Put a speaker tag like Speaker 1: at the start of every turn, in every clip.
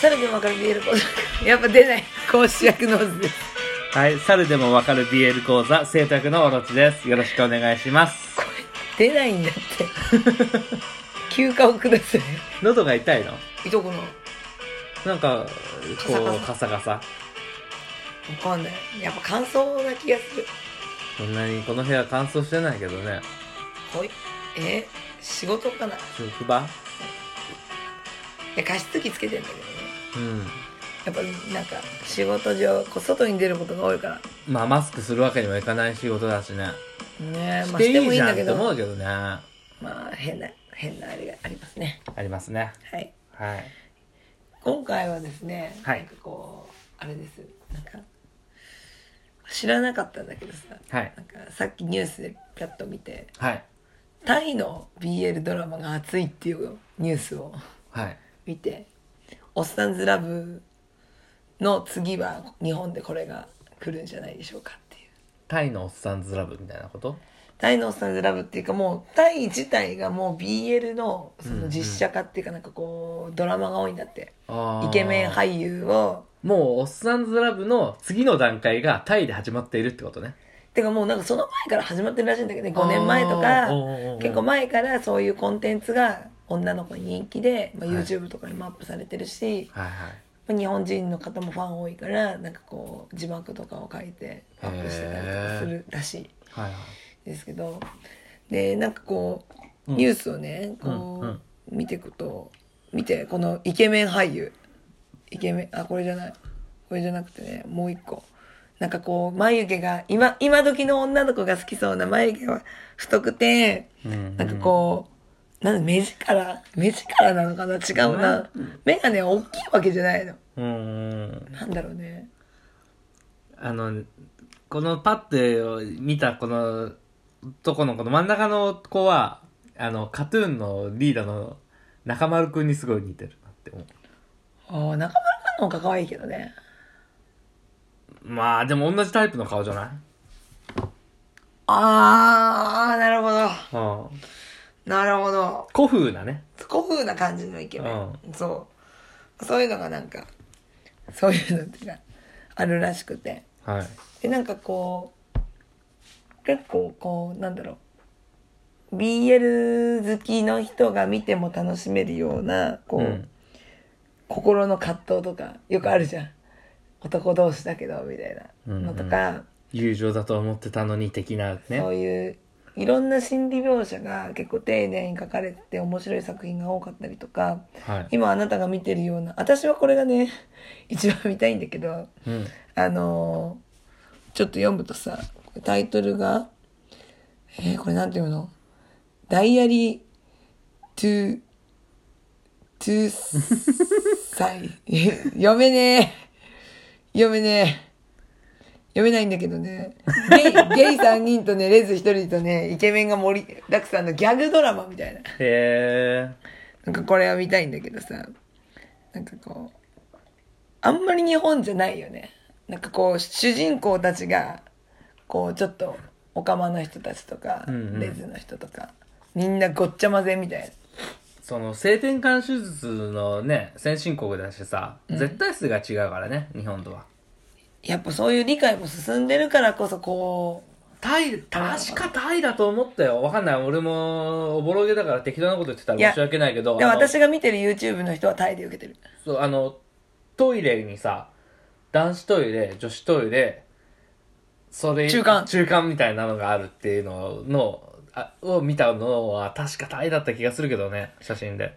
Speaker 1: 猿でもわかるビエル講座。やっぱ 出ない。講師役のオズです。
Speaker 2: はい、猿でもわかる BL 講座、生徒役のオロチです。よろしくお願いします。
Speaker 1: これ、出ないんだって。休暇をください。
Speaker 2: 喉が痛いの
Speaker 1: いとこの。わ
Speaker 2: なんか、こう、
Speaker 1: カ
Speaker 2: カサカサ。
Speaker 1: かんない。やっぱ乾燥な気がする。
Speaker 2: そんなにこの部屋乾燥してないけどね。
Speaker 1: ほい。え仕事かない
Speaker 2: 職場
Speaker 1: や、加湿器つけてんだけどね。
Speaker 2: うん。
Speaker 1: やっぱなんか、仕事上、こう外に出ることが多いから。
Speaker 2: まあ、マスクするわけにもいかない仕事だしね。
Speaker 1: ねえ、ま
Speaker 2: し
Speaker 1: あ
Speaker 2: て
Speaker 1: し
Speaker 2: い
Speaker 1: ても
Speaker 2: い
Speaker 1: いい
Speaker 2: じ
Speaker 1: ん
Speaker 2: ゃん
Speaker 1: だ
Speaker 2: っ
Speaker 1: け
Speaker 2: て
Speaker 1: ど。
Speaker 2: 思うけどね。あ
Speaker 1: まあ変な変なあれがありますね
Speaker 2: りますね。
Speaker 1: はい
Speaker 2: はい。
Speaker 1: 今回はですね、
Speaker 2: はい
Speaker 1: なんかこうあれですなんか知らなかったんだけどさ
Speaker 2: はい。
Speaker 1: なんかさっきニュースでピャッと見て
Speaker 2: はい。
Speaker 1: タイの BL ドラマが熱いっていうニュースを
Speaker 2: はい。
Speaker 1: 見て「おっさんずラブ」の次は日本でこれが来るんじゃないでしょうかっていう
Speaker 2: タイのおっさんずラブみたいなこと
Speaker 1: タイのおっさんずラブっていうかもうタイ自体がもう BL のその実写化っていうかなんかこうドラマが多いんだって、
Speaker 2: あー
Speaker 1: イケメン俳優を
Speaker 2: もう、おっさんずラブの次の段階がタイで始まっているってことね。
Speaker 1: てかもうなんかその前から始まってるらしいんだけどね5年前と
Speaker 2: あ
Speaker 1: か
Speaker 2: ーおーおーおー
Speaker 1: 結構前からそういうコンテンツが女の子に人気で、まあ、
Speaker 2: はい
Speaker 1: YouTube とかにもアップされてるし、
Speaker 2: はいはい。
Speaker 1: まあ日本人の方もファン多いからなんかこう字幕とかを書いてアップしてたりとかするらしい
Speaker 2: はいはい。
Speaker 1: ですけどでなんかこう
Speaker 2: うん
Speaker 1: ニュースをねこ
Speaker 2: うんうん
Speaker 1: う見ていくと見てこのイケメン俳優イケメンあこれじゃないこれじゃなくてねもう一個なんかこう眉毛が今今時の女の子が好きそうな眉毛は太くて
Speaker 2: うん
Speaker 1: なんかこうなんだ目力目力なのかな違うな目がね大きいわけじゃないの
Speaker 2: うーん。
Speaker 1: なんだろうね
Speaker 2: あの、このパッて見たこの、とこのこの真ん中の子は、あの、カトゥーンのリーダーの中丸くんにすごい似てるなって思う。
Speaker 1: あー中村さんの方が可愛いけどね
Speaker 2: まあ、でも同じタイプの顔じゃない
Speaker 1: ああなるほど
Speaker 2: うん。
Speaker 1: なるほど
Speaker 2: 古風なね。
Speaker 1: 古風な感じのイケメン、そうそういうのがなんかそういうのってがあるらしくて
Speaker 2: はい。
Speaker 1: でなんかこう結構こうなんだろう BL 好きの人が見ても楽しめるようなこう、
Speaker 2: うん
Speaker 1: 心の葛藤とかよくあるじゃん男同士だけどみたいなのとか、
Speaker 2: 友情だと思ってたのに的なね。
Speaker 1: そういういろんな心理描写が結構丁寧に書かれてて面白い作品が多かったりとか
Speaker 2: はい。
Speaker 1: 今あなたが見てるような私はこれがね 一番見たいんだけど
Speaker 2: うん。
Speaker 1: あのーちょっと読むとさタイトルがえーこれなんて読むのダイアリー・トゥ・トゥ・サイ 読めねえ読めねえ読めないんだけどねゲイゲイ3人とねレズ1人とねイケメンが盛りだくさんのギャグドラマみたいな
Speaker 2: へえ。
Speaker 1: なんかこれは見たいんだけどさ、なんかこう、あんまり日本じゃないよね。なんかこう、主人公たちが、こう、ちょっと、オカマの人たちとか、
Speaker 2: うんうん
Speaker 1: レズの人とか、みんなごっちゃ混ぜみたい
Speaker 2: その、性転換手術のね、先進国だしさ、絶対数が違うからね、日本とは。
Speaker 1: な。やっぱそういう理解も進んでるからこそ、こ
Speaker 2: タイ、確かタイだと思ったよ。わかんない。俺も、おぼろげだから適当なこと言ってたら
Speaker 1: いや
Speaker 2: 申し訳ないけど。
Speaker 1: う、でも
Speaker 2: あの
Speaker 1: 私が見てる YouTube の人はタイで受けてる。
Speaker 2: そう、あの、トイレにさ、男子トイレ、女子トイレ、それ、
Speaker 1: 中間
Speaker 2: 中間みたいなのがあるっていうのの、あを見たのは確かタイだった気がするけどね、写真で。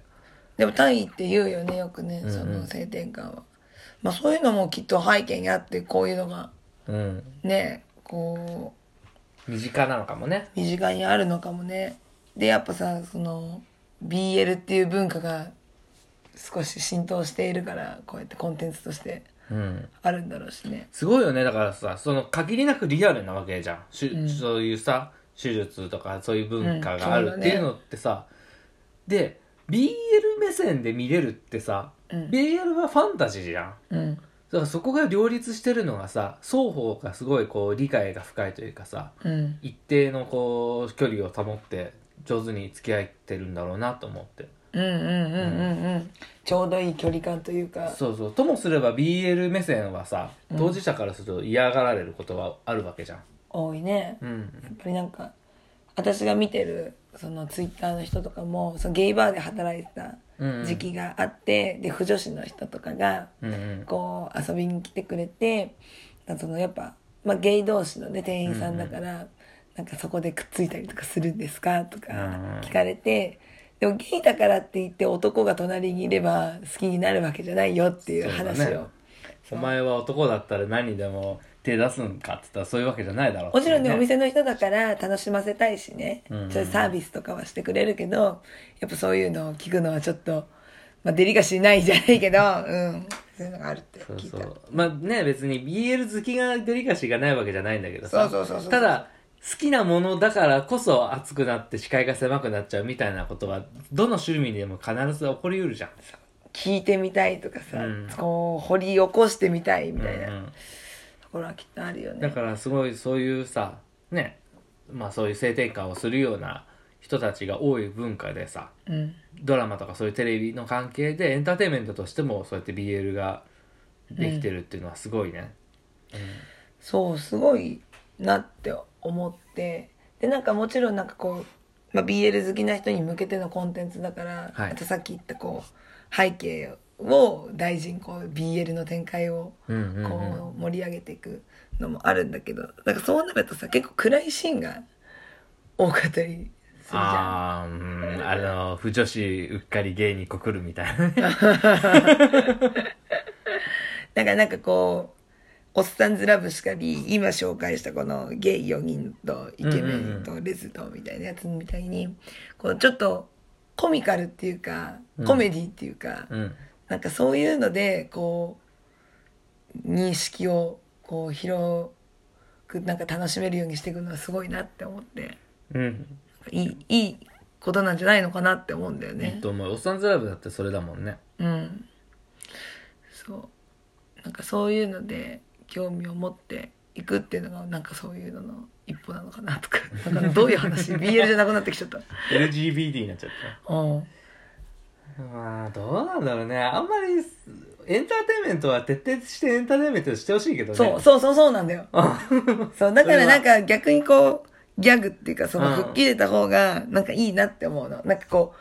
Speaker 1: でもタイって言うよね、よくね、その性転換は。まあそういうのもきっと背景にあって、こういうのが、
Speaker 2: うん。
Speaker 1: ね、こう、
Speaker 2: 身近なのかもね。
Speaker 1: 身近にあるのかもねでやっぱさその BL っていう文化が少し浸透しているからこうやってコンテンツとして
Speaker 2: うん。
Speaker 1: あるんだろうしね
Speaker 2: すごいよね。だからさ、その限りなくリアルなわけじゃん。しゅそういうさ、手術とかそういう文化があ
Speaker 1: うん
Speaker 2: る
Speaker 1: そうだ
Speaker 2: っ
Speaker 1: ね
Speaker 2: ていうのってさ、で、BL 目線で見れるってさ、BL はファンタジーじゃん。
Speaker 1: うん
Speaker 2: だからそこが両立してるのがさ双方がすごいこう理解が深いというかさ
Speaker 1: うん
Speaker 2: 一定のこう距離を保って上手に付き合ってるんだろうなと思って
Speaker 1: ううんうんうんうんうん。ちょうどいい距離感というか。
Speaker 2: そうそうともすれば BL 目線はさ当事者からすると嫌がられることはあるわけじゃん
Speaker 1: 多いね、
Speaker 2: う
Speaker 1: や
Speaker 2: ん
Speaker 1: っぱりなんか私が見てるそのツイッターの人とかもそのゲイバーで働いて
Speaker 2: うんう
Speaker 1: た
Speaker 2: ん
Speaker 1: 時期があって、で不女子の人とかが
Speaker 2: うんうん
Speaker 1: こう遊びに来てくれてそのやっぱ、まあ、ゲイ同士のね店員さんだから、なんかそこでくっついたりとかするんですかとか
Speaker 2: うん
Speaker 1: 聞かれて。でもゲイだからって言って男が隣にいれば好きになるわけじゃないよっていう話
Speaker 2: そうだ
Speaker 1: を
Speaker 2: ねお前は男だったら何にでも手出すんかって言ったらそういうわけじゃないだろう
Speaker 1: もちろんね、お
Speaker 2: ね
Speaker 1: 店の人だから楽しませたいしね、
Speaker 2: うんうん
Speaker 1: ちょっとサービスとかはしてくれるけど、やっぱそういうのを聞くのはちょっと、まあ、デリカシーないじゃないけど、うん、そういうのがあるって
Speaker 2: そう
Speaker 1: 聞い
Speaker 2: そ
Speaker 1: た。
Speaker 2: うまあね別に BL 好きがデリカシーがないわけじゃないんだけどさ
Speaker 1: そうそうそうそう
Speaker 2: ただ好きなものだからこそ熱くなって視界が狭くなっちゃうみたいなことはどの趣味でも必ず起こりうるじゃん
Speaker 1: 聞いてみたいとかさ、
Speaker 2: うん
Speaker 1: こう、掘り起こしてみたいみたいな
Speaker 2: うんう
Speaker 1: と
Speaker 2: ん
Speaker 1: ころはきっとあるよね。
Speaker 2: だからすごいそういうさねまあそういう性転換をするような人たちが多い文化でさ
Speaker 1: うん。
Speaker 2: ドラマとかそういうテレビの関係でエンターテインメントとしてもそうやって BL ができてるっていうのはすごいね、
Speaker 1: そう、すごいなって思って、で、なんかもちろんなんかこう、まあ、BL 好きな人に向けてのコンテンツだから、
Speaker 2: はい
Speaker 1: あとさっき言ったこう、背景を大事にこう、BL の展開を、
Speaker 2: うんうんうん
Speaker 1: こう盛り上げていくのもあるんだけど、なんかそうなるとさ結構暗いシーンが多かったりするじゃん
Speaker 2: あーうんあの不女子うっかり芸に告るみたいなね
Speaker 1: だからなんかこう「おっさんずラブ」しかり今紹介したこのゲイ4人とイケメンとレズとみたいなやつみたいにこうちょっとコミカルっていうかコメディっていうか、
Speaker 2: うん
Speaker 1: なんかそういうのでこう認識をこう広くなんか楽しめるようにしていくのはすごいなって思って。
Speaker 2: うん
Speaker 1: いいいいことなんじゃないのかなって思うんだよ
Speaker 2: いい
Speaker 1: ね。
Speaker 2: と思うおっさんずラブだってそれだもんね
Speaker 1: うん。そう。なんかそういうので興味を持っていくっていうのがなんかそういうのの一歩なのかなと か。なんかどういう話 ?BL じゃなくなってきちゃった。
Speaker 2: LGBT になっちゃった
Speaker 1: うん。
Speaker 2: まあどうなんだろうねあんまりエンターテインメントは徹底してエンターテインメントしてほしいけどね
Speaker 1: そうそうそうそうなんだよ。そう。だからなんか逆にこう、ギャグっていうかその
Speaker 2: うん
Speaker 1: 吹っ切れた方がなんかいいなって思うの。なんかこ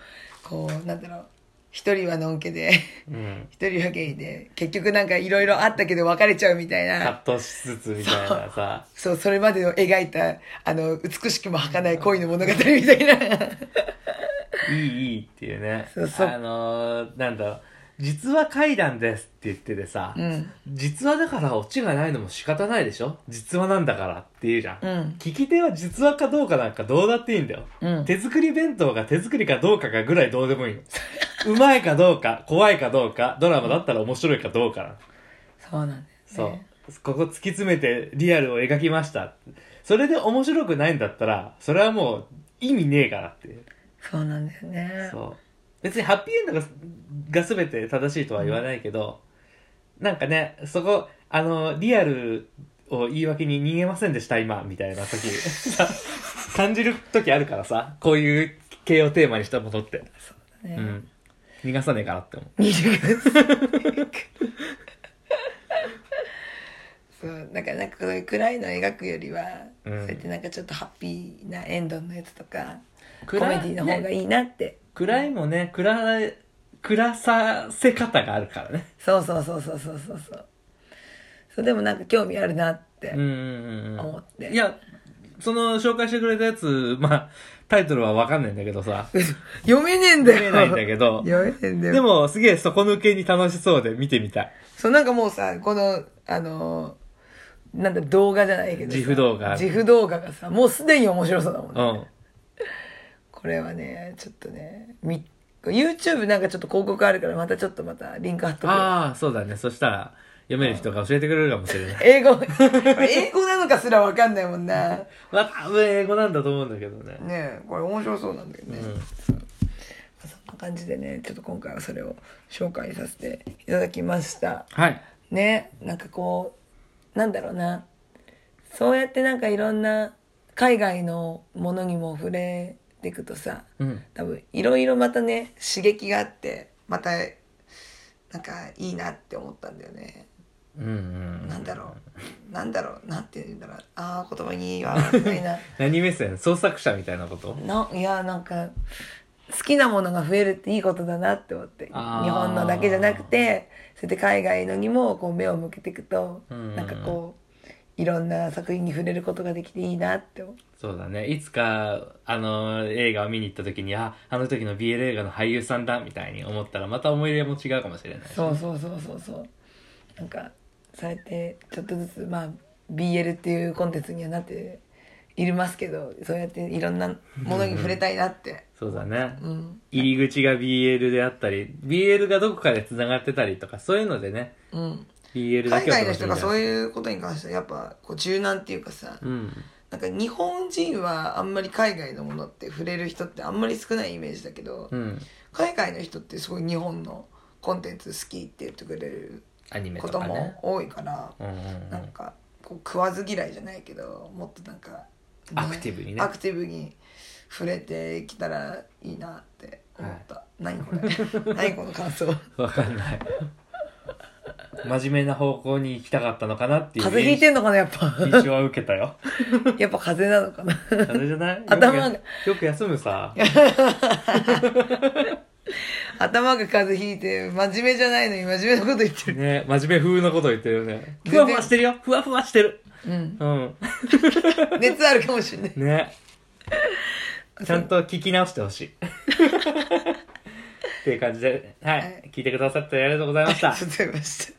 Speaker 1: う、こう、なんだろう。一人はのんけで、
Speaker 2: うん、
Speaker 1: 一人はゲイで、結局なんかいろいろあったけど別れちゃうみたいな。
Speaker 2: 葛藤しつつみたいなさ
Speaker 1: そう、それまでの描いた、あの、美しくも儚い恋の物語みたいな。
Speaker 2: いいいいっていうね
Speaker 1: そうそう
Speaker 2: あのーなんだろう実は怪談ですって言っててさ、
Speaker 1: うん。
Speaker 2: 実話だからオチがないのも仕方ないでしょ実話なんだからっていうじゃん、
Speaker 1: うん。
Speaker 2: 聞き手は実話かどうかなんかどうだっていいんだよ、
Speaker 1: うん
Speaker 2: 手作り弁当が手作りかどうかがぐらいどう でもいいのうまいかどうか怖いかどうかドラマだったら面白いかどうかなの
Speaker 1: そうなんだよ、ね。
Speaker 2: そう、ここ突き詰めてリアルを描きましたそれで面白くないんだったらそれはもう意味ねえからっていう
Speaker 1: そうなんだよね。
Speaker 2: そう別にハッピーエンドがが全て正しいとは言わないけど、なんかねそこあのリアルを言い訳に逃げませんでした今みたいな 時さ感じる時あるからさこういう系をテーマにしたものって、
Speaker 1: ね
Speaker 2: うん、逃がさねえかなって思う
Speaker 1: 20そうなんかなんかこういう暗いのを描くよりは、
Speaker 2: うん
Speaker 1: そうやってなんかちょっとハッピーなエンドのやつとかコ
Speaker 2: 暗い
Speaker 1: メディの方がいいなって、
Speaker 2: 暗いもね暗い暗させ方があるからね
Speaker 1: そうそうそうそうそうそうそうそうでもなんか興味あるなって、
Speaker 2: うんうんうん
Speaker 1: 思って
Speaker 2: いやその紹介してくれたやつまあタイトルは分かんないんだけどさ
Speaker 1: 読めねえんだよ
Speaker 2: 読めないんだ けど
Speaker 1: 読めねえんだよ
Speaker 2: でも、すげえ底抜けに楽しそうで見てみたい。
Speaker 1: そう、なんかもうさ、この、あのーなんだ、動画じゃないけどさ。
Speaker 2: 自負動画
Speaker 1: 自負動画がさ、もうすでに面白そうだもん
Speaker 2: う
Speaker 1: ね。
Speaker 2: ん。
Speaker 1: これはね、ちょっとね、み、YouTube なんかちょっと広告あるから、またちょっとまたリンク貼っとくよ。
Speaker 2: ああ、そうだね。そしたら、読める人が教えてくれるかもしれない。
Speaker 1: 英語、これ英語なのかすらわかんないもんな。ね
Speaker 2: まあ、多分英語なんだと思うんだけどね。
Speaker 1: え、これ面白そうなんだけどね。
Speaker 2: うん
Speaker 1: そんな感じでね、ちょっと今回はそれを紹介させていただきました。
Speaker 2: はい。
Speaker 1: ねなんかこうなんだろうなそうやってなんかいろんな海外のものにも触れっていくとさ
Speaker 2: うん。
Speaker 1: 多分いろいろまたね刺激があってまたなんかいいなって思ったんだよね
Speaker 2: うんうん。
Speaker 1: なんだろうなんだろうなんて言うんだろうああ言葉には合わないな
Speaker 2: 何目線創作者みたいなこと
Speaker 1: ないやなんか好きなものが増えるっていいことだなって思って日
Speaker 2: あー
Speaker 1: 本のだけじゃなくてそれで海外のにもこう目を向けていくと、
Speaker 2: うん
Speaker 1: なんかこういろんな作品に触れることができていいなって思う
Speaker 2: そうだね。いつか、あの、映画を見に行った時に、あ、あの時の BL 映画の俳優さんだ、みたいに思ったら、また思い入れも違うかもしれないし。
Speaker 1: そうそうそうそうそうなんかそうやってちょっとずつまあ BL っていうコンテンツにはなっていますけどそうやっていろんなものに触れたいなって
Speaker 2: そうだね。
Speaker 1: うん
Speaker 2: 入り口が BL であったり、BL がどこかで繋がってたりとか、そういうのでね、
Speaker 1: うん、
Speaker 2: BL だ
Speaker 1: 海
Speaker 2: けを
Speaker 1: 外の人がそう
Speaker 2: いう。
Speaker 1: いうことに関してはやっぱこう柔軟っていうかさ、
Speaker 2: うん。
Speaker 1: なんか日本人はあんまり海外のものって触れる人ってあんまり少ないイメージだけど、
Speaker 2: うん。
Speaker 1: 海外の人ってすごい日本のコンテンツ好きって言ってくれる
Speaker 2: アニメ
Speaker 1: ことと
Speaker 2: かね
Speaker 1: も。多いから、
Speaker 2: うんうんうん
Speaker 1: なんかこう食わず嫌いじゃないけどもっとなんかね、
Speaker 2: アクティブにね
Speaker 1: アクティブに触れてきたらいいなって思った、何こ れ何この感想
Speaker 2: わかん ない。真面目な方向に行きたかったのかなっていう
Speaker 1: 風邪ひいてんのかなやっぱ
Speaker 2: 印象は受けたよ。
Speaker 1: やっぱ風邪なのかな
Speaker 2: 風邪じゃないよ くや
Speaker 1: 頭が
Speaker 2: よく休 むさ。
Speaker 1: 頭が風邪ひいて真面目じゃないのに真面目なこと言ってる
Speaker 2: ね真面目風なこと言ってるよね。
Speaker 1: 全
Speaker 2: ふ
Speaker 1: 然
Speaker 2: わふわしてるよ。ふわふわしてる。
Speaker 1: うん
Speaker 2: うん。
Speaker 1: 熱あるかもしれない
Speaker 2: ね。ちゃんと聞き直して ほしい。っていう感じで、は
Speaker 1: はい
Speaker 2: い。聞いてくださってありがとうございまし た
Speaker 1: ありがとうございました